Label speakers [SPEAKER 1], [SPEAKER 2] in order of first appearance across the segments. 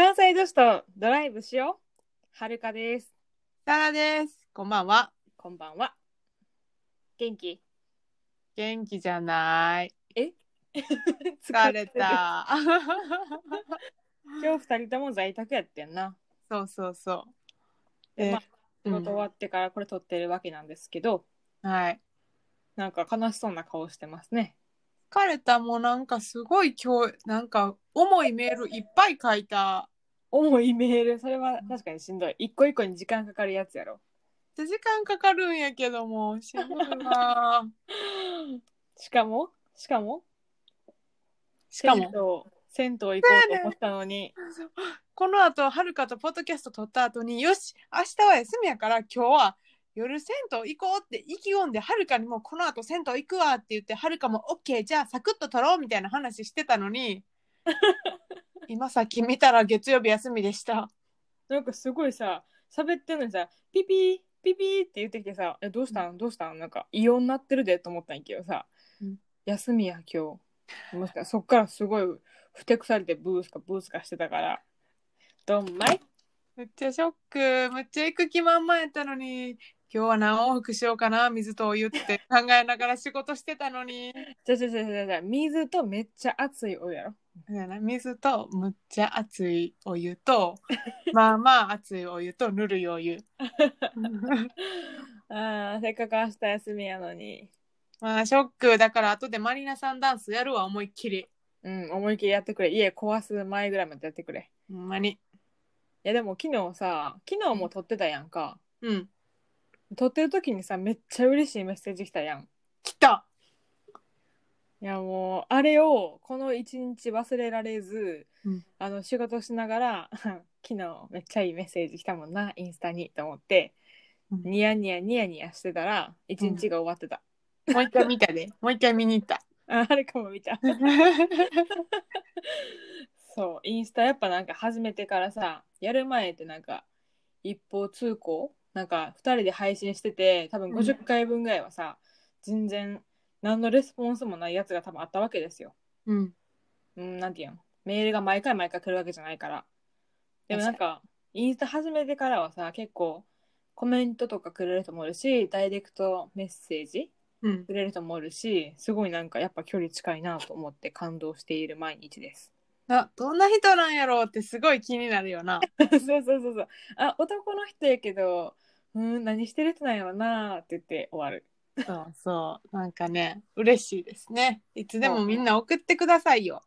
[SPEAKER 1] 女子とドライブしよう。はるかです。
[SPEAKER 2] タラです。こんばんは。
[SPEAKER 1] こんばんは。元気
[SPEAKER 2] 元気じゃない。疲
[SPEAKER 1] 疲
[SPEAKER 2] れ
[SPEAKER 1] てる。
[SPEAKER 2] た。
[SPEAKER 1] 今日二人とも在宅やってんな。
[SPEAKER 2] そうそうそう。
[SPEAKER 1] で
[SPEAKER 2] え
[SPEAKER 1] まあ、仕
[SPEAKER 2] うん
[SPEAKER 1] 事終わってからこれ撮ってるわけなんですけど、
[SPEAKER 2] はい。
[SPEAKER 1] なんか悲しそうな顔してますね。
[SPEAKER 2] 疲れたもうなんかすごい今日なんか重いメールいっぱい書いた。
[SPEAKER 1] 重いメール、それは確かにしんどい。一個一個に時間かかるやつや ろ。
[SPEAKER 2] めっちゃ時間かかるんやけどもしんどいな。
[SPEAKER 1] しかも、しかも、
[SPEAKER 2] しかも
[SPEAKER 1] 銭湯、銭湯行こうと思ったのに、
[SPEAKER 2] この後はるかとポッドキャスト撮った後によし明日は休みやから今日は夜銭湯行こうって意気込んではるかにもうこの後銭湯行くわって言ってはるかも OK じゃあサクッと撮ろうみたいな話してたのに今さっき見たら月曜日休みでした
[SPEAKER 1] なんかすごいさ、喋ってんのにさ、ピピー、ピピーって言ってきてさ、えどうしたんどうしたんなんか、異様になってるでと思ったんやけどさ、
[SPEAKER 2] うん
[SPEAKER 1] 休みや、今日。もしかそっからすごい、ふてくされてブースかブースかしてたから、どんまい。
[SPEAKER 2] めっちゃショックめっちゃ行く気満々やったのに今日は何往復しようかな水とお湯って考えながら仕事してたのに
[SPEAKER 1] じゃじゃじゃじゃじゃ水とめっちゃ熱いお湯やろ。
[SPEAKER 2] そうやな水とむっちゃ熱いお湯 とまあまあ熱いお湯とぬるいお 湯
[SPEAKER 1] あー、せっかく明日休みやのに。
[SPEAKER 2] まあショックだから後でマリナさんダンスやるわ思いっきり
[SPEAKER 1] うん、思いっきりやってくれ。家壊す前ぐらいまでやってくれ。
[SPEAKER 2] ほんまに
[SPEAKER 1] いや、でも昨日さ、昨日も撮ってたやんか。
[SPEAKER 2] うん
[SPEAKER 1] 撮ってる時にさ、めっちゃ嬉しいメッセージ来たやん。
[SPEAKER 2] 来た
[SPEAKER 1] いやもうあれをこの一日忘れられず、
[SPEAKER 2] うん
[SPEAKER 1] あの仕事しながら 昨日めっちゃいいメッセージ来たもんなインスタにと思って
[SPEAKER 2] うん
[SPEAKER 1] ニヤニヤニヤニヤしてたら一日が終わってた、
[SPEAKER 2] もう一回見た でもう一回見に行った
[SPEAKER 1] ああれかも見 たそうインスタやっぱなんか始めてからさやる前ってなんか一方通行なんか2人で配信してて多分50回分ぐらいはさ、全然何のレスポンスもないやつが多分あったわけですよ
[SPEAKER 2] うん
[SPEAKER 1] うん、なんていうのメールが毎回毎回来るわけじゃないから。でもなんか、インスタ始めてからはさ、結構コメントとかくれる人もおるし、ダイレクトメッセージ
[SPEAKER 2] うん
[SPEAKER 1] くれる人もおるし、すごいなんかやっぱ距離近いなと思って感動している毎日です。
[SPEAKER 2] などんな人なんやろうってすごい気になるよな
[SPEAKER 1] そうそうそうそう。あ、男の人やけど、うん、何してる人なんやろなーって言って終わる。
[SPEAKER 2] そうそうなんかね嬉しいですねいつでもみんな送ってくださいよ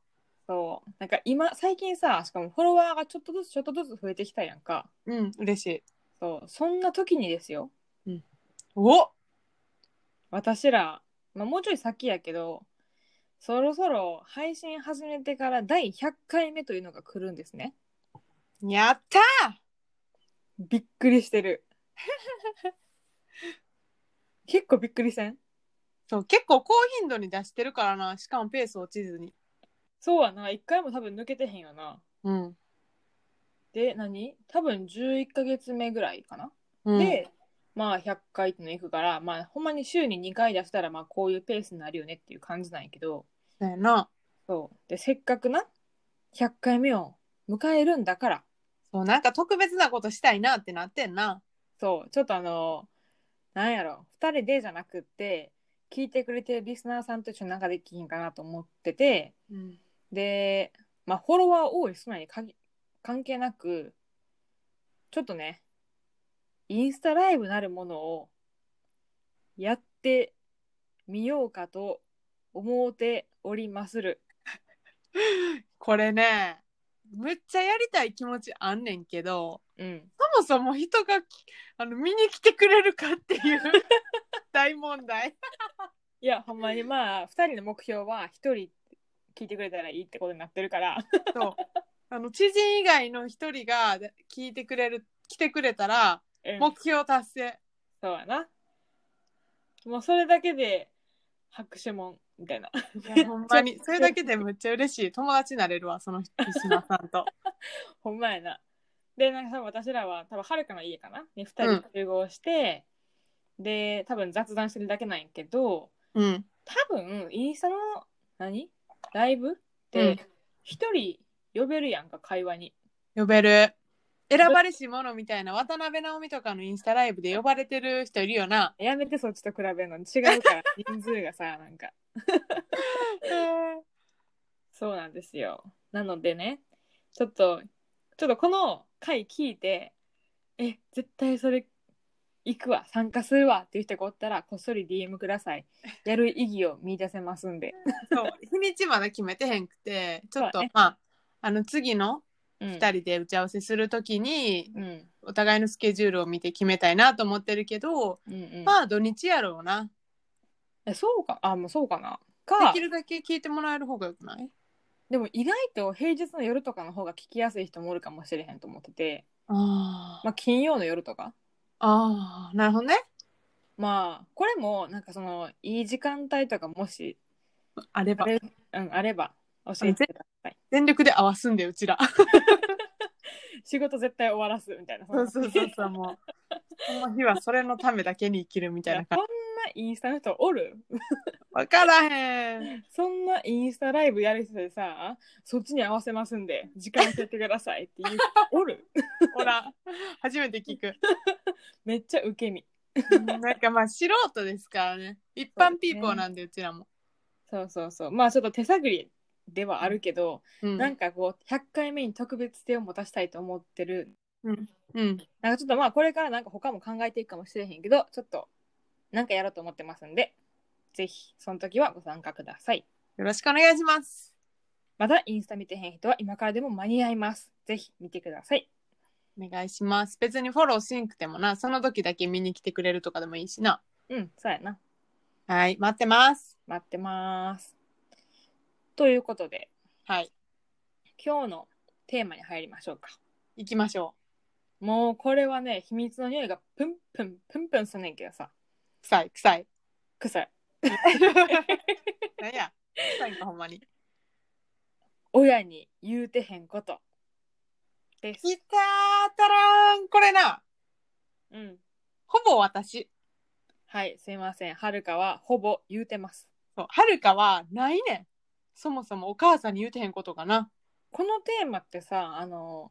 [SPEAKER 1] そう。なんか今、最近さ、しかもフォロワーがちょっとずつちょっとずつ増えてきたやんか。
[SPEAKER 2] うん嬉しい
[SPEAKER 1] そう。そんな時にですよ。
[SPEAKER 2] お
[SPEAKER 1] 私ら、まあ、もうちょい先やけどそろそろ配信始めてから第100回目というのが来るんですね
[SPEAKER 2] やった
[SPEAKER 1] びっくりしてる 結構びっくりせん
[SPEAKER 2] そう結構高頻度に出してるからなしかもペース落ちずに
[SPEAKER 1] そうやな1回も多分抜けてへんよな
[SPEAKER 2] うん、
[SPEAKER 1] で何多分11ヶ月目ぐらいかな、
[SPEAKER 2] で
[SPEAKER 1] でまあ100回ってのいくからまあほんまに週に2回出したらまあこういうペースになるよねっていう感じなんやけど
[SPEAKER 2] だよな
[SPEAKER 1] そうでせっかくな100回目を迎えるんだから
[SPEAKER 2] そうなんか特別なことしたいなってなってんな
[SPEAKER 1] そう、ちょっとあの、なんやろ、2人でじゃなくって、聞いてくれてるリスナーさんと一緒になんかできひんかなと思ってて、
[SPEAKER 2] うん、
[SPEAKER 1] で、まあ、フォロワー多い少ないにかぎ関係なく、ちょっとね、インスタライブなるものをやってみようかと思うておりまする。
[SPEAKER 2] これねむっちゃやりたい気持ちあんねんけど
[SPEAKER 1] うん。
[SPEAKER 2] そもそも人がきあの見に来てくれるかって いう大問題
[SPEAKER 1] いや、ほんまにまあ、2人の目標は1人聞いてくれたらいいってことになってるから。
[SPEAKER 2] そうあの知人以外の一人が聞いてくれる来てくれたら
[SPEAKER 1] うん
[SPEAKER 2] 目標達成
[SPEAKER 1] そうやな。もうそれだけで拍手もんみたいな。
[SPEAKER 2] いやほんまにそれだけでむっちゃ嬉しい友達になれるわそのリスナーさんと
[SPEAKER 1] ほんまやな。で、なんか多分私らは多分はるかの家かなに
[SPEAKER 2] う
[SPEAKER 1] 2
[SPEAKER 2] ん
[SPEAKER 1] 人集合して、で、多分雑談してるだけなんやけど、
[SPEAKER 2] うん
[SPEAKER 1] 多分インスタの何ライブっ
[SPEAKER 2] うん
[SPEAKER 1] て1人呼べるやんか、会話に。
[SPEAKER 2] 呼べる。選ばれし者みたいな渡辺直美とかのインスタライブで呼ばれてる人いるよな。
[SPEAKER 1] やめてそっちと比べるの違うから人数がさなんかそうなんですよなのでねちょっとちょっとこの回聞いてえ絶対それ行くわ参加するわっていう人がおったらこっそり DM くださいやる意義を見出せますんで
[SPEAKER 2] そう日にちまだ決めてへんくてちょっ
[SPEAKER 1] そう
[SPEAKER 2] と、
[SPEAKER 1] ね
[SPEAKER 2] まああの次の
[SPEAKER 1] うん
[SPEAKER 2] 2人で打ち合わせするときに、
[SPEAKER 1] うん
[SPEAKER 2] お互いのスケジュールを見て決めたいなと思ってるけど、
[SPEAKER 1] うんうん
[SPEAKER 2] まあ土日やろうな
[SPEAKER 1] えそうかあもうそうかな
[SPEAKER 2] で
[SPEAKER 1] か
[SPEAKER 2] きるだけ聞いてもらえる方がよくない
[SPEAKER 1] でも意外と平日の夜とかの方が聞きやすい人もおるかもしれへんと思ってて、
[SPEAKER 2] あー
[SPEAKER 1] まあ、金曜の夜とか
[SPEAKER 2] あーなるほどね
[SPEAKER 1] まあこれもなんかそのいい時間帯とかもし
[SPEAKER 2] あれば
[SPEAKER 1] あれ,、うん、あれば教えてください
[SPEAKER 2] 全力で合わすんでうちら
[SPEAKER 1] 仕事絶対終わらすみたいな
[SPEAKER 2] そうそうそうそうもうこの日はそれのためだけに生きるみ
[SPEAKER 1] い
[SPEAKER 2] たい
[SPEAKER 1] や
[SPEAKER 2] な
[SPEAKER 1] こんな
[SPEAKER 2] 感
[SPEAKER 1] インスタの人おる
[SPEAKER 2] じ分からへん
[SPEAKER 1] そんなインスタライブやる人でさそっちに合わせますんで時間教えてくださいってい う人おる
[SPEAKER 2] ほら初めて聞く
[SPEAKER 1] めっちゃ受け身
[SPEAKER 2] なんかまあ素人ですからね一般ピーポーなんでうちらも、
[SPEAKER 1] そうそうそうまあちょっと手探りではあるけど、
[SPEAKER 2] うん
[SPEAKER 1] なんかこう100回目に特別性を持たせたいと思ってる
[SPEAKER 2] うん
[SPEAKER 1] なんかちょっとまあこれからなんか他も考えていくかもしれへんけどちょっとなんかやろうと思ってますんでぜひその時はご参加ください
[SPEAKER 2] よろしくお願いします
[SPEAKER 1] まだインスタ見てへん人は今からでも間に合いますぜひ見てください
[SPEAKER 2] お願いします別にフォローしんくてもなその時だけ見に来てくれるとかでもいいしな
[SPEAKER 1] うんそうやな
[SPEAKER 2] はい待ってます
[SPEAKER 1] 待ってますということで
[SPEAKER 2] はい
[SPEAKER 1] 今日のテーマに入りましょうか
[SPEAKER 2] 行きましょ
[SPEAKER 1] もうこれはね秘密の匂いがプンプンプンプンすんねんけどさ
[SPEAKER 2] う臭い臭 い
[SPEAKER 1] 臭い
[SPEAKER 2] 何や臭いかほんまに
[SPEAKER 1] 親に言うてへんことです
[SPEAKER 2] きたーたらーんこれな
[SPEAKER 1] うん
[SPEAKER 2] ほぼ私
[SPEAKER 1] はいすいませんはるかはほぼ言うてます
[SPEAKER 2] そうはるかはないねんそもそもお母さんに言うてへんことかな
[SPEAKER 1] このテーマってさあの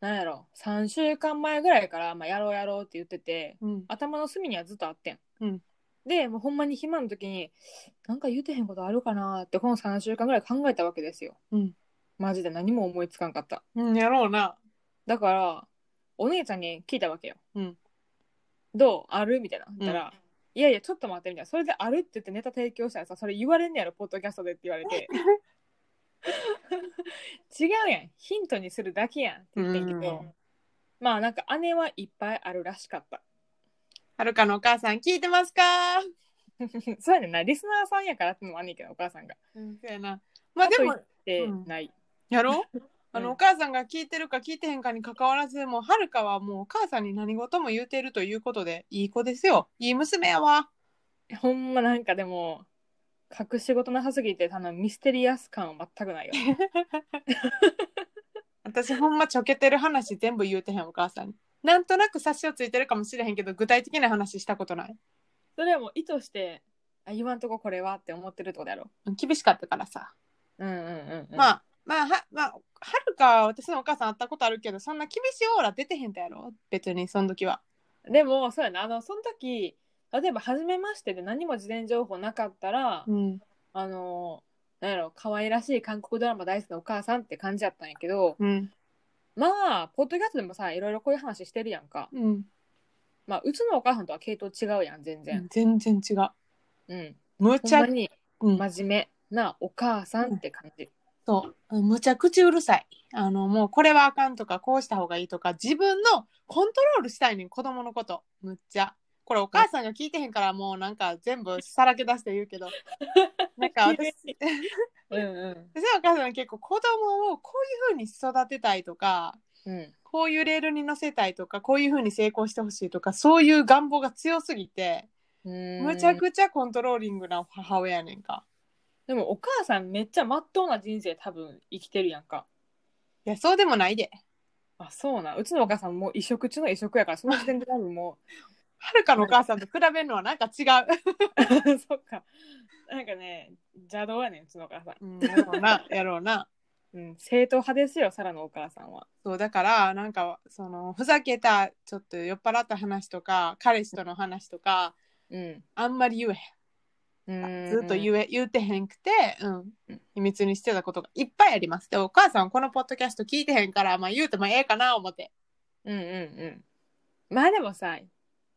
[SPEAKER 1] なんやろ3週間前ぐらいから、まあ、やろうやろうって言ってて
[SPEAKER 2] うん
[SPEAKER 1] 頭の隅にはずっとあってん、
[SPEAKER 2] うん
[SPEAKER 1] でもうほんまに暇の時になんか言うてへんことあるかなってこの3週間ぐらい考えたわけですよ、
[SPEAKER 2] うん
[SPEAKER 1] マジで何も思いつかんかった
[SPEAKER 2] うんやろうな
[SPEAKER 1] だからお姉ちゃんに聞いたわけよ、
[SPEAKER 2] うん
[SPEAKER 1] どうあるみたいな言ったら、いやいやちょっと待ってみたいなそれであるって言ってネタ提供したらさそれ言われんねやろポッドキャストでって言われ て違うやんヒントにするだけやんって言ってんけど、
[SPEAKER 2] うん
[SPEAKER 1] まあなんか姉はいっぱいあるらしかった
[SPEAKER 2] はるかのお母さん聞いてますか
[SPEAKER 1] そうやねんなリスナーさんやからってのもあんねんけどお母さんが
[SPEAKER 2] うんそうやなまあでも
[SPEAKER 1] あと言ってない、
[SPEAKER 2] やろうあ の、
[SPEAKER 1] うん
[SPEAKER 2] お母さんが聞いてるか聞いてへんかに関わらずもうはるかはもうお母さんに何事も言うてるということでいい子ですよいい娘やわ
[SPEAKER 1] ほんまなんかでも隠し事なさすぎてあのミステリアス感は全くないよ
[SPEAKER 2] 私ほんまちょけてる話全部言うてへんお母さんになんとなく察しをついてるかもしれへんけど具体的な話したことない
[SPEAKER 1] それはもう意図してあ言わんとここれはって思ってるってことやろ
[SPEAKER 2] 厳しかったからさ、
[SPEAKER 1] うんうんうん、うん、
[SPEAKER 2] ま
[SPEAKER 1] あ
[SPEAKER 2] あまあは,、まあ、はるかは私のお母さん会ったことあるけどそんな厳しいオーラ出てへんだやろ別にその時は
[SPEAKER 1] でもそうやなあのその時例えば初めましてで何も事前情報なかったら、
[SPEAKER 2] うん
[SPEAKER 1] あのなんやろ可愛らしい韓国ドラマ大好きなお母さんって感じやったんやけど
[SPEAKER 2] うん
[SPEAKER 1] まあポッドキャストでもさいろいろこういう話してるやんか
[SPEAKER 2] うん
[SPEAKER 1] まあうちのお母さんとは系統違うやん全然
[SPEAKER 2] 全然違う
[SPEAKER 1] うん、
[SPEAKER 2] む
[SPEAKER 1] ほん
[SPEAKER 2] ちゃ
[SPEAKER 1] まに
[SPEAKER 2] うん
[SPEAKER 1] 真面目なお母さんって感じ、
[SPEAKER 2] そう、むちゃくちゃうるさい。あの、もうこれはあかんとか、こうした方がいいとか、自分のコントロールしたいねん、子供のこと。むっちゃ。これお母さんが聞いてへんから、もうなんか全部さらけ出して言う けど。なんか私、私
[SPEAKER 1] うんう
[SPEAKER 2] のお母さんは結構子供をこういう風に育てたいとか、
[SPEAKER 1] んうん
[SPEAKER 2] こういうレールに乗せたいとか、こういう風に成功してほしいとか、そういう願望が強すぎて、
[SPEAKER 1] うん
[SPEAKER 2] むちゃくちゃコントローリングな母親やねんか。
[SPEAKER 1] でもお母さんめっちゃまっとうな人生多分生きてるやんか
[SPEAKER 2] いや、そうでもないで。
[SPEAKER 1] あそうなんうちのお母さんもう移植中の移植やからその時点で多分も
[SPEAKER 2] はるかのお母さんと比べるのはなんか違う。
[SPEAKER 1] う そっかなんかね邪道やねんうちのお母さん
[SPEAKER 2] うん、やろうな、やろうな。
[SPEAKER 1] うん、正統派ですよ、サラのお母さんは。
[SPEAKER 2] そうだからなんかそのふざけたちょっと酔っ払った話とか彼氏との話とか
[SPEAKER 1] うん。
[SPEAKER 2] あんまり言え
[SPEAKER 1] う
[SPEAKER 2] へ
[SPEAKER 1] ー
[SPEAKER 2] ん
[SPEAKER 1] ん
[SPEAKER 2] ずっと言え言うてへんくて、うん
[SPEAKER 1] うん、
[SPEAKER 2] 秘密にしてたことがいっぱいありますでお母さんはこのポッドキャスト聞いてへんから、まあ、言うてもええかな思って
[SPEAKER 1] うんうんうん。まあでもさ、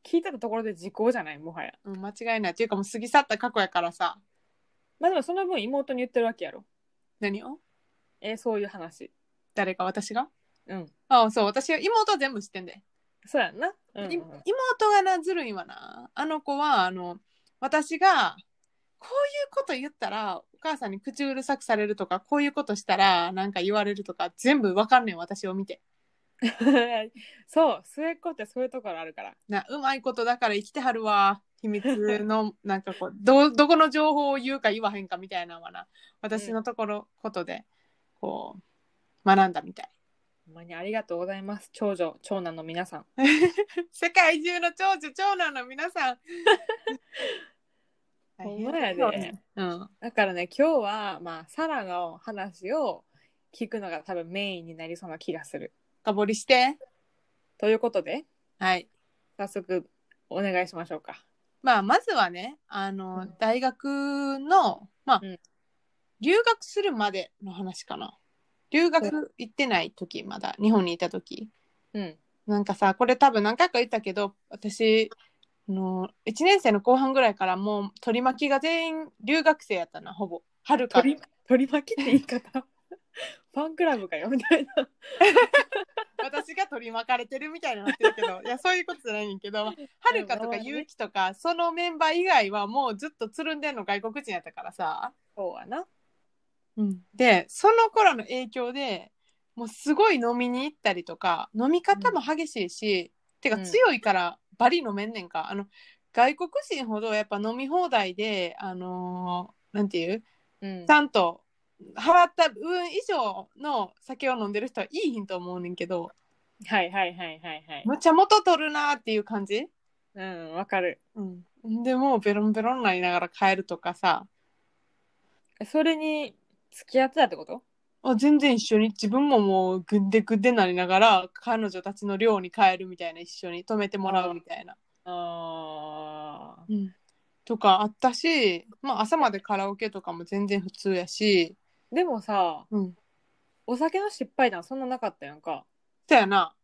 [SPEAKER 1] 聞いたところで時効じゃない、もはや。
[SPEAKER 2] うん、間違いない。っていうかもう過ぎ去った過去やからさ。
[SPEAKER 1] まあでもその分妹に言ってるわけやろ。
[SPEAKER 2] 何を
[SPEAKER 1] えーそういう話。
[SPEAKER 2] 誰か私が
[SPEAKER 1] うん。
[SPEAKER 2] ああ、そう、私は妹は全部知ってんで。
[SPEAKER 1] そうやんな。うんうん
[SPEAKER 2] い妹がな、ずるいわな。あの子は、あの、私が、こういうこと言ったら、お母さんに口うるさくされるとか、こういうことしたら、なんか言われるとか、全部わかんねん、私を見て。
[SPEAKER 1] うん、 そう、末っ子ってそういうところあるから。
[SPEAKER 2] な、うまいことだから生きてはるわ。秘密の、 なんかこう、ど、どこの情報を言うか言わへんかみたいなのはな、私のところ、ことで、こう、学んだみたい。
[SPEAKER 1] ほんまにありがとうございます、長女、長男の皆さん。
[SPEAKER 2] 世界中の長女長男の皆 さん。
[SPEAKER 1] ほんまやで。
[SPEAKER 2] うん。
[SPEAKER 1] だからね、今日は、まあ、サラの話を聞くのが多分メインになりそうな気がする。
[SPEAKER 2] 深掘りして。
[SPEAKER 1] ということで、
[SPEAKER 2] はい。
[SPEAKER 1] 早速お願いしましょうか。
[SPEAKER 2] まあまずはね、あ
[SPEAKER 1] う
[SPEAKER 2] の、
[SPEAKER 1] ん
[SPEAKER 2] 大学のまあ、
[SPEAKER 1] うん
[SPEAKER 2] 留学するまでの話かな。留学行ってない時まだ日本にいた時。
[SPEAKER 1] うん。
[SPEAKER 2] なんかさこれ多分何回か言ったけど私あの1年生の後半ぐらいからもう取り巻きが全員留学生やったなほぼはるか
[SPEAKER 1] 取り取り巻きって言い方ファンクラブかよみたいな。
[SPEAKER 2] 私が取り巻かれてるみたいになってるけ どいやそういうことじゃないんやけどはるかとか
[SPEAKER 1] うん
[SPEAKER 2] ゆうきとかそのメンバー以外はもうずっとつるんでんの外国人やったからさ、
[SPEAKER 1] そうやな。
[SPEAKER 2] でその頃の影響でもうすごい飲みに行ったりとか飲み方も激しいし、てか
[SPEAKER 1] うん
[SPEAKER 2] 強いからバリ飲めんねんか、あの外国人ほどやっぱ飲み放題であのーなんていう
[SPEAKER 1] うん
[SPEAKER 2] ち。ゃんと払った分以上の酒を飲んでる人はいいひんと思うねんけど、
[SPEAKER 1] はいはいはいはいはい。
[SPEAKER 2] むっちゃ元取るなーっていう感じ、
[SPEAKER 1] うん、わかる。
[SPEAKER 2] うん、でもうベロンベロンになりながら帰るとかさ
[SPEAKER 1] それに付き合ってたってこと
[SPEAKER 2] あ全然一緒に自分ももうぐんでぐんでなりながら彼女たちの寮に帰るみたいな一緒に泊めてもらうみたいな、
[SPEAKER 1] ああ。
[SPEAKER 2] うんとかあったし、まあ、朝までカラオケとかも全然普通やし、
[SPEAKER 1] でもさ、
[SPEAKER 2] うん、
[SPEAKER 1] お酒の失敗談そんななかったやんか。
[SPEAKER 2] そうやな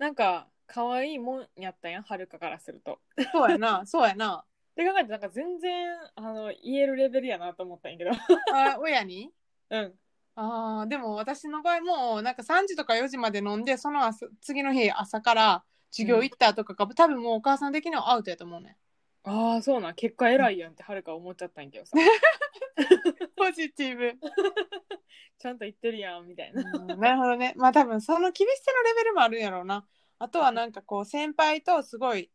[SPEAKER 1] なんか、可愛いもんやったやん、はるかからすると。
[SPEAKER 2] そうやなそうやな
[SPEAKER 1] って考えて、なんか全然、あの、言えるレベルやなと思ったんやけど。
[SPEAKER 2] あ親に
[SPEAKER 1] うん。
[SPEAKER 2] あーでも私の場合もうなんか3時とか4時まで飲んでその朝次の日朝から授業行ったとかが、多分もうお母さん的にはアウトやと思うねん
[SPEAKER 1] ああ、そうなん。結果偉いやんってはるか思っちゃったんやけどさ。
[SPEAKER 2] ポジティブ。
[SPEAKER 1] ちゃんと言ってるやん、みたいな。
[SPEAKER 2] なるほどね。まあ多分その厳しさのレベルもあるんやろうな。あとはなんかこう先輩とすごい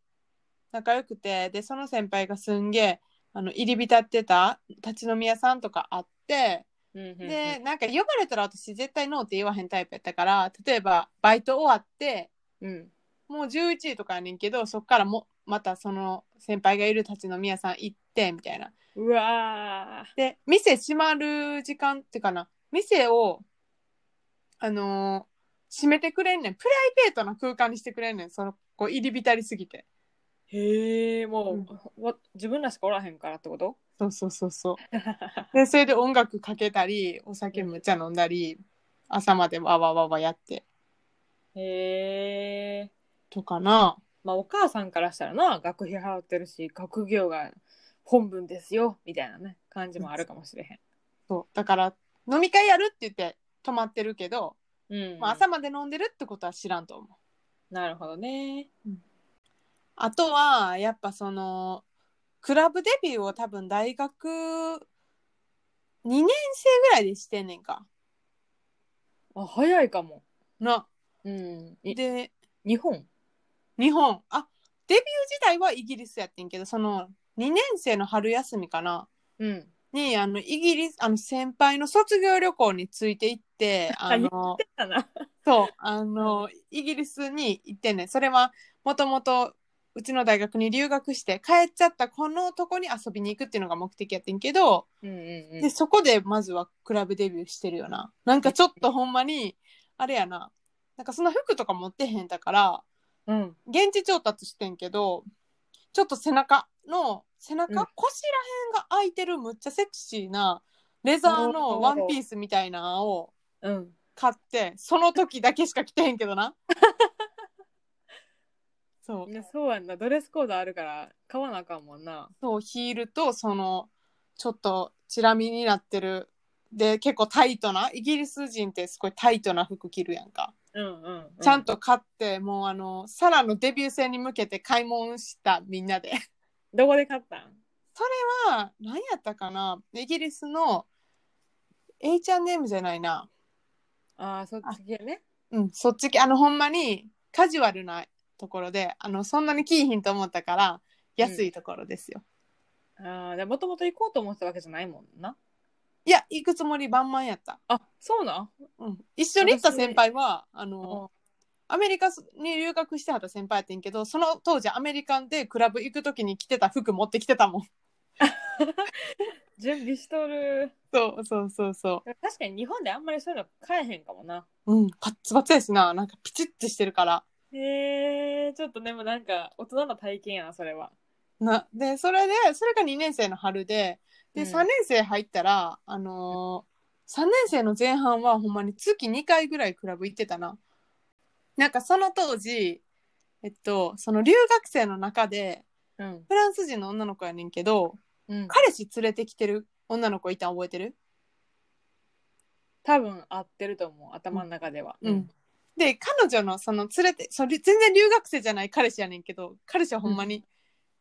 [SPEAKER 2] 仲良くてでその先輩がすんげえあの入り浸ってた立ち飲み屋さんとかあって
[SPEAKER 1] うんうんうん
[SPEAKER 2] でなんか呼ばれたら私絶対ノーって言わへんタイプやったから例えばバイト終わって
[SPEAKER 1] うん。
[SPEAKER 2] もう11時とかやねんけどそっからもまたその先輩がいる立ち飲み屋さん行ってみたいな。
[SPEAKER 1] うわ
[SPEAKER 2] で店閉まる時間ってかな店をあのー閉めてくれんねんプライベートな空間にしてくれんねんそのこう入り浸りすぎて
[SPEAKER 1] ー。へえ、もう、
[SPEAKER 2] うん
[SPEAKER 1] わ自分らしかおらへんからってこと
[SPEAKER 2] そうそうそうそうでそれで音楽かけたりお酒むっちゃ飲んだり朝までわわわわやって
[SPEAKER 1] へえ。
[SPEAKER 2] とかな
[SPEAKER 1] まあ、お母さんからしたらな、学費払ってるし、学業が本分ですよ、みたいなね、感じもあるかもしれ
[SPEAKER 2] そうだから飲み会やるって言って泊まってるけど、
[SPEAKER 1] へん。うん。
[SPEAKER 2] まあ、朝まで飲んでるってことは知らんと思う
[SPEAKER 1] なるほどね。
[SPEAKER 2] あとはやっぱそのクラブデビューを多分大学2年生ぐらいでしてんねんか。
[SPEAKER 1] あ、早いかも。
[SPEAKER 2] な
[SPEAKER 1] うん。い
[SPEAKER 2] で
[SPEAKER 1] 日本
[SPEAKER 2] 日本あデビュー自体はイギリスやってんけどその2年生の春休みかな
[SPEAKER 1] うん。
[SPEAKER 2] にあのイギリスあの先輩の卒業旅行について行って あの
[SPEAKER 1] だな。
[SPEAKER 2] そうあのイギリスに行ってんねんそれはもともとうちの大学に留学して帰っちゃったこのとこに遊びに行くっていうのが目的やってんけど、
[SPEAKER 1] うんうんうん
[SPEAKER 2] でそこでまずはクラブデビューしてるよななんかちょっとほんまにあれやななんかそんな服とか持ってへんだから
[SPEAKER 1] うん
[SPEAKER 2] 現地調達してんけどちょっと背中の背中、
[SPEAKER 1] うん
[SPEAKER 2] 腰らへんが空いてるむっちゃセクシーなレザーのワンピースみたいなのを
[SPEAKER 1] うん
[SPEAKER 2] 買ってその時だけしか着てへんけど なそう
[SPEAKER 1] いやそうやんなドレスコードあるから買わなあかんもんな
[SPEAKER 2] そうヒールとそのちょっとチラ見になってるで結構タイトなイギリス人ってすごいタイトな服着るやんか、
[SPEAKER 1] うんうん、
[SPEAKER 2] ちゃんと買ってもうあのサラのデビュー戦に向けて買い物したみんなで
[SPEAKER 1] どこで買ったん
[SPEAKER 2] まあ何やったかなイギリスの H&M じゃないな
[SPEAKER 1] ああそっち系ね
[SPEAKER 2] うんそっち系あのほんまにカジュアルなところであのそんなに着いひんと思ったから安いところですよ、
[SPEAKER 1] ああもともと行こうと思ってたわけじゃないもんない
[SPEAKER 2] や行くつもり万々やった
[SPEAKER 1] あそうなん
[SPEAKER 2] うん、一緒に行った先輩はあ
[SPEAKER 1] うん
[SPEAKER 2] のアメリカに留学してはった先輩やってんけどその当時アメリカンでクラブ行く時に着てた服持ってきてたもん
[SPEAKER 1] 準備しとる
[SPEAKER 2] そうそうそうそ
[SPEAKER 1] 確かに日本であんまりそういうの買えへんかもな
[SPEAKER 2] ううんパッツパツやしななんかピチッてしてるから
[SPEAKER 1] へえちょっとでもなんか大人な体験やなそれは
[SPEAKER 2] なでそれでそれが2年生の春でで、
[SPEAKER 1] うん
[SPEAKER 2] 3年生入ったらあのー、3年生の前半はほんまに月2回ぐらいクラブ行ってたななんかその当時えっとその留学生の中で
[SPEAKER 1] うん
[SPEAKER 2] フランス人の女の子やねんけど
[SPEAKER 1] うん
[SPEAKER 2] 彼氏連れてきてる女の子いたん覚えてる、
[SPEAKER 1] 多分合ってると思う頭の中では
[SPEAKER 2] で彼女のその連れてそれ全然留学生じゃない彼氏やねんけど彼氏はほんまに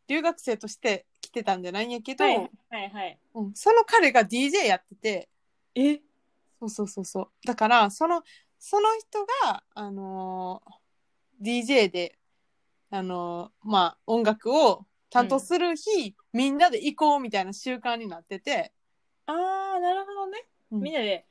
[SPEAKER 2] 留学生として来てたんじゃないんやけど、
[SPEAKER 1] はいはいはい
[SPEAKER 2] うんその彼が DJ やってて
[SPEAKER 1] え
[SPEAKER 2] そうそうそうそうだからそのその人が、あのー DJ で、あのーまあ、音楽を担当する日、みんなで行こうみたいな習慣になってて、
[SPEAKER 1] ああなるほどね
[SPEAKER 2] うん
[SPEAKER 1] みんなで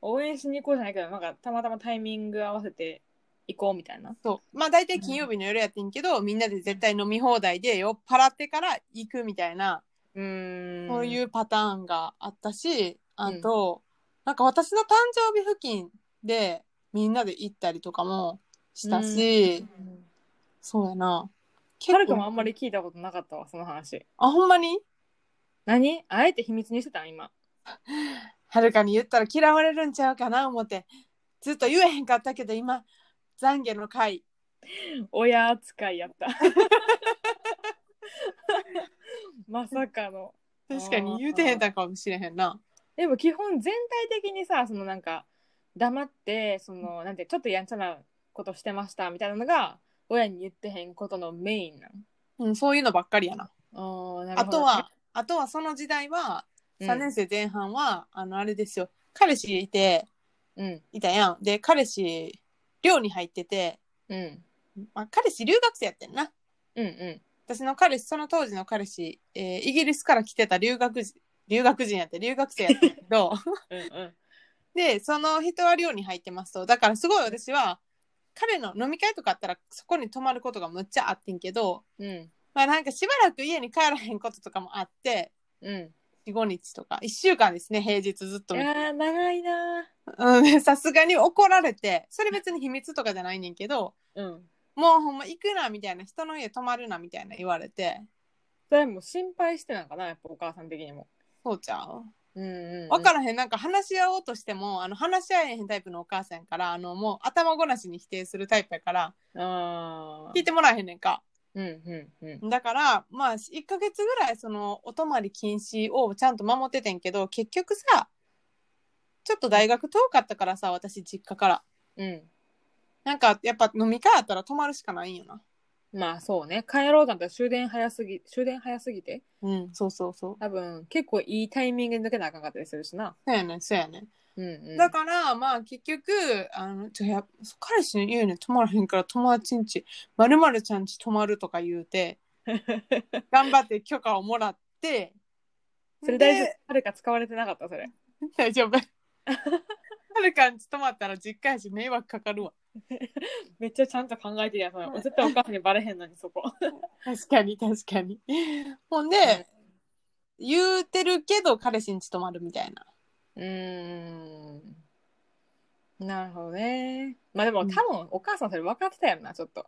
[SPEAKER 1] 応援しに行こうじゃないけどなんかたまたまタイミング合わせて行こうみたいな
[SPEAKER 2] そうまあ大体金曜日の夜やってんけど、みんなで絶対飲み放題で酔っ払ってから行くみたいな、
[SPEAKER 1] うーん
[SPEAKER 2] そういううパターンがあったしあと、なんか私の誕生日付近でみんなで行ったりとかもしたし、
[SPEAKER 1] ん
[SPEAKER 2] そうやな結
[SPEAKER 1] はるかもあんまり聞いたことなかったわその話
[SPEAKER 2] あほんまに
[SPEAKER 1] 何あえて秘密にしてたん今
[SPEAKER 2] はるかに言ったら嫌われるんちゃうかな思ってずっと言えへんかったけど今懺悔の回
[SPEAKER 1] 親扱いやった まさかの
[SPEAKER 2] 確かに言うてへんたんかもしれへんな
[SPEAKER 1] でも基本全体的にさそのなんか黙ってそのなんてちょっとやんちゃなことしてましたみたいなのが親に言ってへんことのメインなん
[SPEAKER 2] うんそういうのばっかりやな
[SPEAKER 1] あーなる
[SPEAKER 2] あ
[SPEAKER 1] ほど
[SPEAKER 2] と
[SPEAKER 1] ね
[SPEAKER 2] は、あとはその時代は、
[SPEAKER 1] うん
[SPEAKER 2] 3年生前半は、あの、あれですよ、彼氏いて、
[SPEAKER 1] うん
[SPEAKER 2] いたやん。で、彼氏、寮に入ってて、
[SPEAKER 1] うん
[SPEAKER 2] まあ、彼氏留学生やってんな。
[SPEAKER 1] うんうん
[SPEAKER 2] 私の彼氏、その当時の彼氏、えーイギリスから来てた留学人、留学人やって、留学生やってんけ ど、
[SPEAKER 1] うんうん
[SPEAKER 2] で、その人は寮に入ってますと。だからすごい私は、彼の飲み会とかあったら、そこに泊まることがむっちゃあってんけど、
[SPEAKER 1] うん
[SPEAKER 2] まあなんかしばらく家に帰らへんこととかもあって、
[SPEAKER 1] うん
[SPEAKER 2] 4、5日とか、1週間ですね、平日ずっと
[SPEAKER 1] い
[SPEAKER 2] 見て
[SPEAKER 1] やー長いな
[SPEAKER 2] うん、さすがに怒られて、それ別に秘密とかじゃないねんけど、
[SPEAKER 1] ーうん
[SPEAKER 2] もうほんま行くなみたいな、人の家泊まるなみたいな言われて、
[SPEAKER 1] それも心配してなんかなやっぱお母さん的にも
[SPEAKER 2] そうちゃう
[SPEAKER 1] うんうん、うん、
[SPEAKER 2] わからへん、なんか話し合おうとしても、あの話し合えへんタイプのお母さんやから、あのもう頭ごなしに否定するタイプやから、
[SPEAKER 1] あ
[SPEAKER 2] 聞いてもらえへんねんか。
[SPEAKER 1] ーうんうんうん
[SPEAKER 2] だから、まあ、1ヶ月ぐらいそのお泊まり禁止をちゃんと守っててんけど、結局さ、ちょっと大学遠かったからさ、私実家から。
[SPEAKER 1] うん
[SPEAKER 2] なんかやっぱ飲み会あったら泊まるしかないんよな。
[SPEAKER 1] まあそうね帰ろうだったら終電早すぎ終電早すぎて
[SPEAKER 2] うん、そうそうそう。
[SPEAKER 1] 多分結構いいタイミングで抜けなあかんかったりするしな
[SPEAKER 2] そうやねんそうやねん
[SPEAKER 1] うんうん
[SPEAKER 2] だから、まあ結局あのちょや彼氏の家に泊まらへんから友達んちまるまるちゃんち泊まるとか言うて頑張って許可をもらって
[SPEAKER 1] それ大丈夫
[SPEAKER 2] で
[SPEAKER 1] はるか使われてなかったそれ
[SPEAKER 2] 大丈夫はるかんち泊まったら実家やし迷惑かかるわ。
[SPEAKER 1] めっちゃちゃんと考えてるやんそれ絶対お母さんにバレへんのにそこ
[SPEAKER 2] 確かに確かに。ほんで、言うてるけど彼氏んち泊まるみたいな。
[SPEAKER 1] うーんなるほどねまあでも多分お母さんそれ分かってたやろなちょっと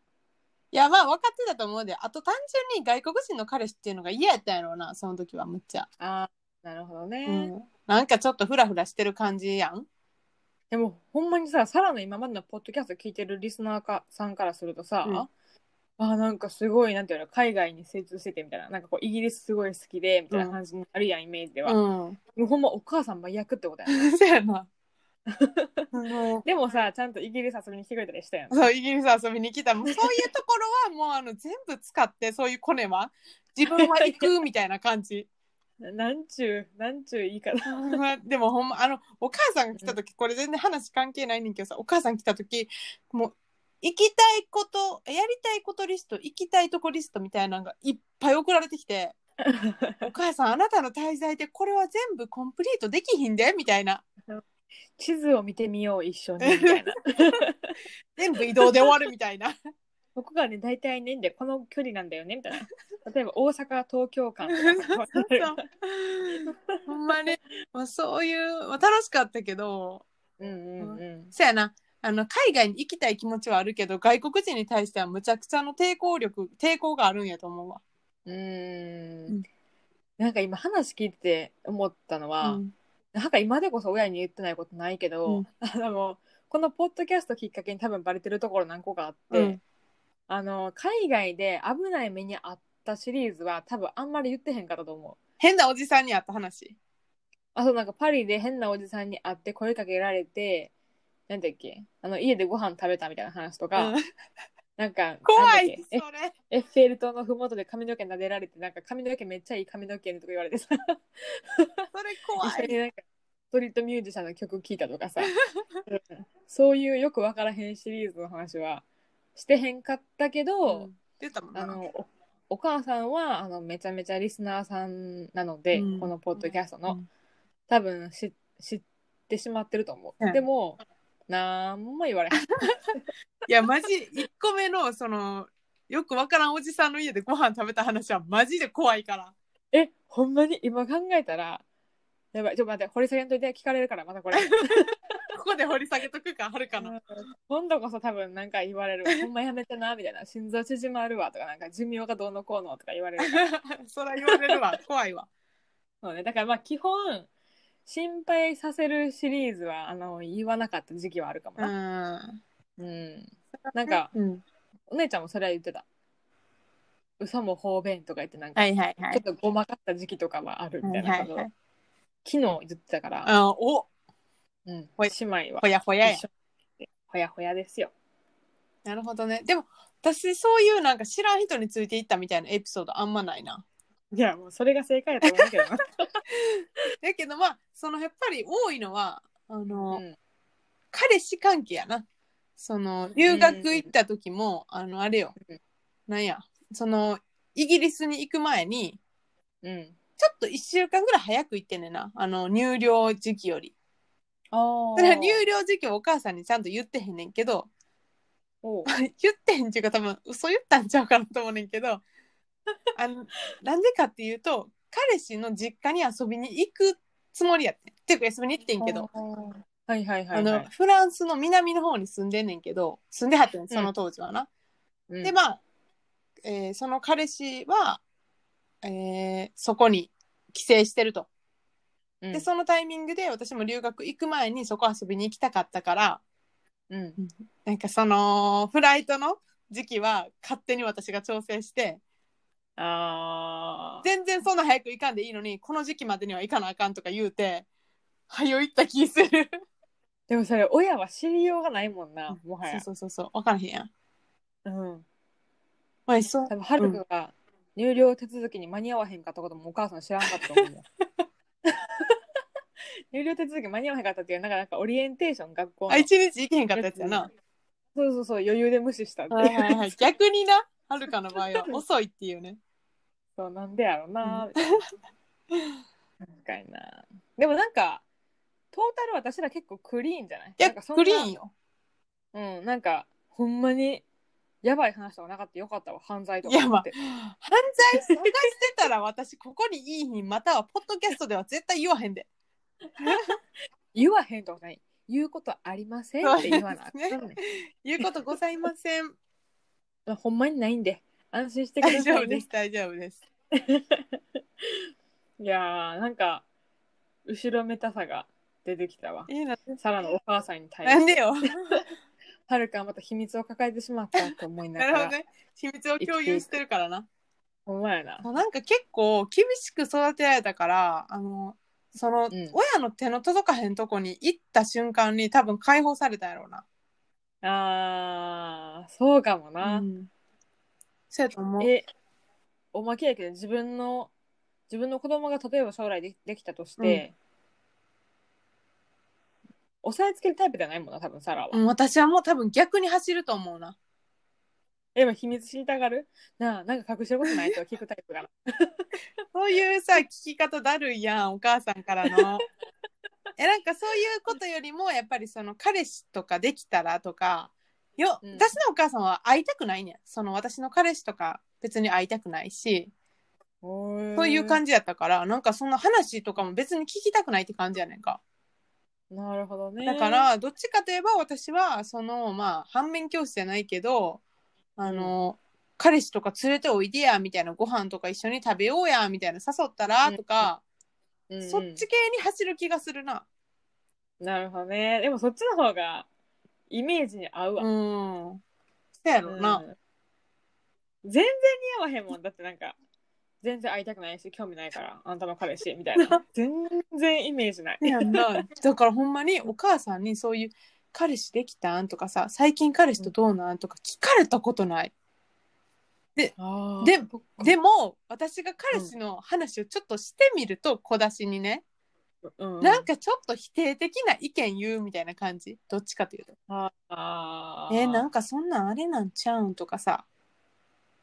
[SPEAKER 2] いやまあ分かってたと思うで、あと単純に外国人の彼氏っていうのが嫌やったんやろうな、その時はむっちゃ。
[SPEAKER 1] あーなるほどね、
[SPEAKER 2] うん。なんかちょっとフラフラしてる感じやん。
[SPEAKER 1] でもほんまにさサラの今までのポッドキャスト聞いてるリスナーかさんからするとさ、
[SPEAKER 2] うん
[SPEAKER 1] あなんかすごいなんていうの海外に精通しててみたいななんかこうイギリスすごい好きでみたいな感じになるやん、イメージでは、
[SPEAKER 2] うん。
[SPEAKER 1] もうほんまお母さん真逆ってことやん
[SPEAKER 2] そうやな。あの
[SPEAKER 1] でもさちゃんとイギリス遊びに来てくれたりしたやん
[SPEAKER 2] そうイギリス遊びに来たもうそういうところはもうあの全部使ってそういうコネは自分は行くみたいな感じ
[SPEAKER 1] ななんちゅうなんちゅう言い方
[SPEAKER 2] でもほんまあのお母さんが来た時これ全然話関係ないねんけどさお母さん来た時もう行きたいことやりたいことリスト行きたいとこリストみたいなのがいっぱい送られてきて「お母さんあなたの滞在でこれは全部コンプリートできひんで」みたいな
[SPEAKER 1] 地図を見てみよう一緒にみた いな
[SPEAKER 2] 全部移動で終わるみたいな
[SPEAKER 1] ここがね大体ねんでこの距離なんだよねみた いな例えば大阪東京間とかさ
[SPEAKER 2] そうほんまに、まあ、そういう、まあ、楽しかったけど
[SPEAKER 1] うんうんうん
[SPEAKER 2] そやなあの海外に行きたい気持ちはあるけど外国人に対してはむちゃくちゃの抵抗力抵抗があるんやと思うわ。
[SPEAKER 1] うー
[SPEAKER 2] うんん
[SPEAKER 1] なんか今話聞いて思ったのは、
[SPEAKER 2] うん
[SPEAKER 1] なんか今でこそ親に言ってないことないけど、
[SPEAKER 2] うん
[SPEAKER 1] あのこのポッドキャストきっかけに多分バレてるところ何個かあって、
[SPEAKER 2] うん
[SPEAKER 1] あの海外で危ない目にあったシリーズは多分あんまり言ってへんかったと思う。
[SPEAKER 2] 変なおじさんに会った話。
[SPEAKER 1] あそうなんかパリで変なおじさんに会って声かけられてなんだっけあの家でご飯食べたみたいな話とか、
[SPEAKER 2] うん
[SPEAKER 1] なんか
[SPEAKER 2] 怖
[SPEAKER 1] なんだ
[SPEAKER 2] い
[SPEAKER 1] っけ
[SPEAKER 2] そ
[SPEAKER 1] え
[SPEAKER 2] れ。
[SPEAKER 1] エッフェル塔のふもとで髪の毛撫でられてなんか髪の毛めっちゃいい髪の毛とか言われてさ
[SPEAKER 2] それ怖
[SPEAKER 1] 一緒
[SPEAKER 2] い。
[SPEAKER 1] になんかストリートミュージシャンの曲聴いたとかさ、うんそういうよくわからへんシリーズの話はしてへんかったけど、
[SPEAKER 2] うん言ったもんな
[SPEAKER 1] あのおお母さんはあのめちゃめちゃリスナーさんなので、
[SPEAKER 2] うん
[SPEAKER 1] このポッドキャストの、
[SPEAKER 2] うん
[SPEAKER 1] 多分し知ってしまってると思う、
[SPEAKER 2] うん
[SPEAKER 1] でもなんも言われへん
[SPEAKER 2] いやマジ1個目のそのよくわからんおじさんの家でご飯食べた話はマジで怖いから。
[SPEAKER 1] えほんまに今考えたらやばいちょっと待って掘り下げんといて聞かれるからまた これ
[SPEAKER 2] ここで掘り下げとくかはるかな。
[SPEAKER 1] 今度こそ多分なんか言われるわほんまやめてなみたいな心臓縮まるわとかなんか寿命がどうのこうのとか言われる
[SPEAKER 2] そら言われるわ怖いわ。
[SPEAKER 1] そうねだからまあ基本心配させるシリーズはあの言わなかった時期はあるかも
[SPEAKER 2] う
[SPEAKER 1] な、
[SPEAKER 2] ん。
[SPEAKER 1] うんなんか
[SPEAKER 2] うん、
[SPEAKER 1] お姉ちゃんもそれは言ってた嘘も方便とか言ってなんか
[SPEAKER 2] はいはいは
[SPEAKER 1] ちょっ。とごまかった時期とかはあるみたいなことを、
[SPEAKER 2] はいはいはい
[SPEAKER 1] 昨日言ってたから、
[SPEAKER 2] あお
[SPEAKER 1] うん、
[SPEAKER 2] ほい
[SPEAKER 1] 姉妹は
[SPEAKER 2] ほやほやや
[SPEAKER 1] 一。緒ほやほやですよ。
[SPEAKER 2] なるほどね。でも私そういうなんか知らん人についていったみたいなエピソードあんまないな。
[SPEAKER 1] いやもうそれが正解だと思うけどな。
[SPEAKER 2] だけどまあそのやっぱり多いのはあ の、
[SPEAKER 1] うん
[SPEAKER 2] 彼氏関係やな。その留学行った時も、あのあれよ、
[SPEAKER 1] うん
[SPEAKER 2] なんやそのイギリスに行く前に
[SPEAKER 1] うん。
[SPEAKER 2] ちょっと1週間ぐらい早く行ってんねんなあの入寮時期より。
[SPEAKER 1] あ
[SPEAKER 2] だから入寮時期はお母さんにちゃんと言ってへんねんけど
[SPEAKER 1] おう
[SPEAKER 2] 言ってへんっていうか多分嘘言ったんちゃうかなと思うねんけどあのなんでかっていうと彼氏の実家に遊びに行くつもりやってんっていうか遊びに行ってんけど。
[SPEAKER 1] あーはいはいはい、
[SPEAKER 2] あ
[SPEAKER 1] は
[SPEAKER 2] の
[SPEAKER 1] い。
[SPEAKER 2] フランスの南の方に住んでんねんけど住んではってんその当時はな。
[SPEAKER 1] うん
[SPEAKER 2] でまあ、えーその彼氏は、えーそこに帰省してると。
[SPEAKER 1] うん
[SPEAKER 2] でそのタイミングで私も留学行く前にそこ遊びに行きたかったから
[SPEAKER 1] うん。
[SPEAKER 2] なんかそのフライトの時期は勝手に私が調整して
[SPEAKER 1] ああ。
[SPEAKER 2] 全然そんな早く行かんでいいのにこの時期までには行かなあかんとか言うて早よ行った気する。
[SPEAKER 1] でもそれ親は知りようがないもんな、もはや。
[SPEAKER 2] そうそうそうそう分からへんやん。
[SPEAKER 1] うん。
[SPEAKER 2] まあ、そう
[SPEAKER 1] 多分はるくが入寮手続きに間に合わへんかったこともお母さん知らんかったと思う よ。入寮手続き間に合わへんかったっていうなんかなんかオリエンテーション学校の
[SPEAKER 2] あ一日行けへんかったやつやな。
[SPEAKER 1] そうそうそう余裕で無視したって
[SPEAKER 2] はいはいはい、 逆にな、はるかの場合 は遅いっていうね。
[SPEAKER 1] そうなんでやろうなみたいな確かになでもなんか東トータル私ら結構クリーンじゃない
[SPEAKER 2] いや、
[SPEAKER 1] なんかそん
[SPEAKER 2] ク
[SPEAKER 1] な
[SPEAKER 2] リーンよ。
[SPEAKER 1] うん、なんか、ほんまに、やばい話とかなかったよかったわ、犯罪とか
[SPEAKER 2] やば
[SPEAKER 1] って。
[SPEAKER 2] 犯罪探してたら私ここにいい日またはポッドキャストでは絶対言わへんで。
[SPEAKER 1] 言わへんとかない。言うことありませんって言わなあかんね
[SPEAKER 2] そう言うことございません。
[SPEAKER 1] ん。ほんまにないんで、安心してく
[SPEAKER 2] 大
[SPEAKER 1] だ
[SPEAKER 2] 丈
[SPEAKER 1] さ
[SPEAKER 2] 夫
[SPEAKER 1] い
[SPEAKER 2] で
[SPEAKER 1] ね
[SPEAKER 2] す。大丈夫です。
[SPEAKER 1] いやー、なんか、後ろめたさが出てきたわ。
[SPEAKER 2] いいな
[SPEAKER 1] サラのお母さんに対
[SPEAKER 2] なん
[SPEAKER 1] し
[SPEAKER 2] で
[SPEAKER 1] て。
[SPEAKER 2] よ。
[SPEAKER 1] はるかはまた秘密を抱えてしまったと思いな
[SPEAKER 2] な
[SPEAKER 1] が
[SPEAKER 2] るほ
[SPEAKER 1] ら。
[SPEAKER 2] どね。秘密を共有してるからな。
[SPEAKER 1] ほんまやな。
[SPEAKER 2] そうなんか結構厳しく育てられたからあのその、
[SPEAKER 1] ん
[SPEAKER 2] 親の手の届かへんとこに行った瞬間に多分解放されたやろうな。
[SPEAKER 1] あー、そうかもな。
[SPEAKER 2] うんそうやと思う。
[SPEAKER 1] えおまけやけど自分の自分の子供が例えば将来でできたとして、押さえつけるタイプじゃないもんな多分サラは、
[SPEAKER 2] うん私はもう多分逆に走ると思うな。
[SPEAKER 1] え今秘密知りたがるなあなんか隠してることないと 聞くタイプかな
[SPEAKER 2] そういうさ聞き方だるいやんお母さんからの。 えなんかそういうことよりもやっぱりその彼氏とかできたらとかよ、
[SPEAKER 1] うん
[SPEAKER 2] 私のお母さんは会いたくないねんその私の彼氏とか別に会いたくないし
[SPEAKER 1] そ
[SPEAKER 2] そういう感
[SPEAKER 1] じ
[SPEAKER 2] じやったからなんかその話とかも別に聞きたくないって感じやねんか
[SPEAKER 1] なるほどね
[SPEAKER 2] だからどっちかといえば私はそのまあ反面教師じゃないけどあの、彼氏とか連れておいでやみたいなご飯とか一緒に食べようやみたいな誘ったらとか、
[SPEAKER 1] うんうん
[SPEAKER 2] そっち系に走る気がするな
[SPEAKER 1] なるほどねでもそっちの方がイメージに合う
[SPEAKER 2] う
[SPEAKER 1] わ、
[SPEAKER 2] ん、そうやろうな、
[SPEAKER 1] うん全然似合わへんもんだってなんか全然会いたくないし興味ないからあんたの彼氏みたい な全然イメージない
[SPEAKER 2] や んなだからほんまにお母さんにそういう「彼氏できたん?」とかさ「最近彼氏とどうなん?」とか聞かれたことないで
[SPEAKER 1] で
[SPEAKER 2] でも私が彼氏の話をちょっとしてみると小出しにね、
[SPEAKER 1] うん、
[SPEAKER 2] なんかちょっと否定的な意見言うみたいな感じどっちかというと
[SPEAKER 1] あ
[SPEAKER 2] 「えーなんかそんなんあれなんちゃうん?」とかさ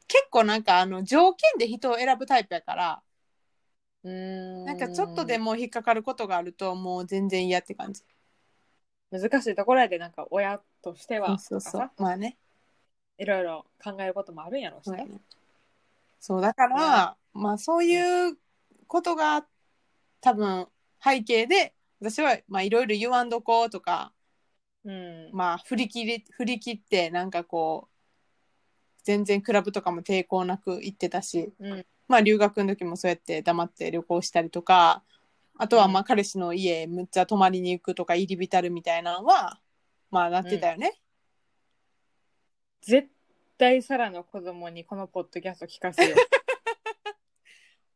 [SPEAKER 2] 結構なんかあの条件で人を選ぶタイプやからな
[SPEAKER 1] なん
[SPEAKER 2] かちょっとで
[SPEAKER 1] も
[SPEAKER 2] も引っかかることがあるともう全然嫌って感じ
[SPEAKER 1] 難しいところやでなんか親として
[SPEAKER 2] そう
[SPEAKER 1] は
[SPEAKER 2] そう
[SPEAKER 1] と
[SPEAKER 2] そ
[SPEAKER 1] か
[SPEAKER 2] うまあね
[SPEAKER 1] さいろいろ考えることもあるんやろうし
[SPEAKER 2] そうや
[SPEAKER 1] ね、
[SPEAKER 2] ねそうだから、まあそういうことが多分背景で私はまあいろいろ言わんどこうとか
[SPEAKER 1] うん
[SPEAKER 2] まあ振り切り振り切ってなんかこう全然クラブとかも抵抗なく行ってたし、
[SPEAKER 1] うん
[SPEAKER 2] まあ留学の時もそうやって黙って旅行したりとかあとはまあ彼氏の家むっちゃ泊まりに行くとか入り浸るみたいなのはまあなってたよね、
[SPEAKER 1] 絶対サラの子供にこのポッドキャスト聞かせよう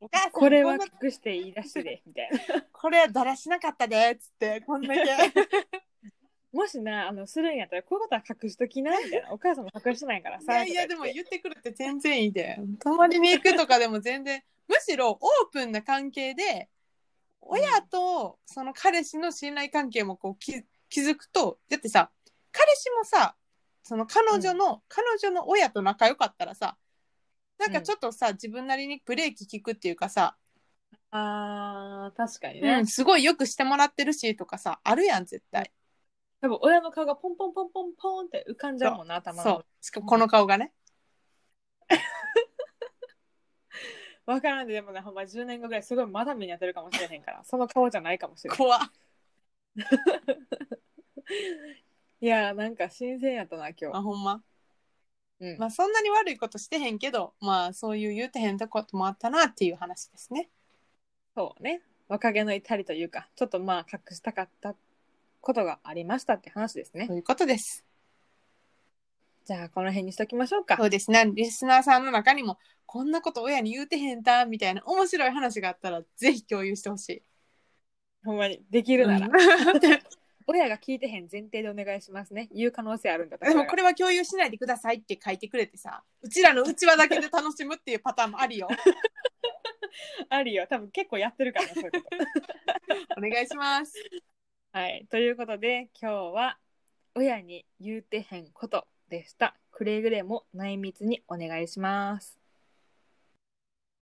[SPEAKER 2] お母さん
[SPEAKER 1] これは
[SPEAKER 2] んな
[SPEAKER 1] 隠して言い出しでみたいな
[SPEAKER 2] これはだらしなかったでっつってこんだけ
[SPEAKER 1] もしなあのするんやったらこういうことは隠しときなみたい なお母さんも隠してないから
[SPEAKER 2] い
[SPEAKER 1] さ
[SPEAKER 2] やいやで
[SPEAKER 1] とか
[SPEAKER 2] も
[SPEAKER 1] 言って
[SPEAKER 2] 言ってくるって全然いいで泊まりに行くとかでも全然むしろオープンな関係で親とその彼氏の信頼関係もこうき気づくとだってさ彼氏もさその彼女の、彼女の親と仲良かったらさなんかちょっとさ、自分なりにブレーキ効くっていうかさ、
[SPEAKER 1] あー確かに
[SPEAKER 2] う
[SPEAKER 1] ね、
[SPEAKER 2] ん、すごいよくしてもらってるしとかさあるやん絶対
[SPEAKER 1] 多分親の顔がポンポンポンポンポンって浮かんじゃうもんな頭
[SPEAKER 2] そ
[SPEAKER 1] の
[SPEAKER 2] うしかもこの顔がね
[SPEAKER 1] わからんで、でもね、ほんま10年後ぐらいすごいまだ目に当てるかもしれへんから、その顔じゃないかもしれない。
[SPEAKER 2] 怖っ
[SPEAKER 1] いやー、なんか新鮮やったな、今
[SPEAKER 2] あほんま
[SPEAKER 1] 日。うん
[SPEAKER 2] まあそんなに悪いことしてへんけど、まあそういう言うてへんとこともあったなっていう話ですね。
[SPEAKER 1] そうね。若気の至りというか、ちょっとまあ隠したかったことがありましたって話ですね
[SPEAKER 2] と。いうことです。
[SPEAKER 1] じゃあ、この辺にしときましょうか
[SPEAKER 2] そ。うですね。リスナーさんの中にも、こんなこと親に言うてへんたみたいな面白い話があったら、ぜひ共有してほしい。
[SPEAKER 1] ほんまに、できるなら。
[SPEAKER 2] うんで
[SPEAKER 1] 親が聞いてへん前提でお願いしますね。言う可能性あるんだったら。
[SPEAKER 2] もこれは共有しないでくださいって書いてくれてさ、うちらのうちわだけで楽しむっていうパターンもありよ。
[SPEAKER 1] あるよ。多分結構やってるからな、そういうこと。
[SPEAKER 2] お願いします。
[SPEAKER 1] はい。ということで、今日は、親に言うてへんことでした。くれぐれも内密にお願いします。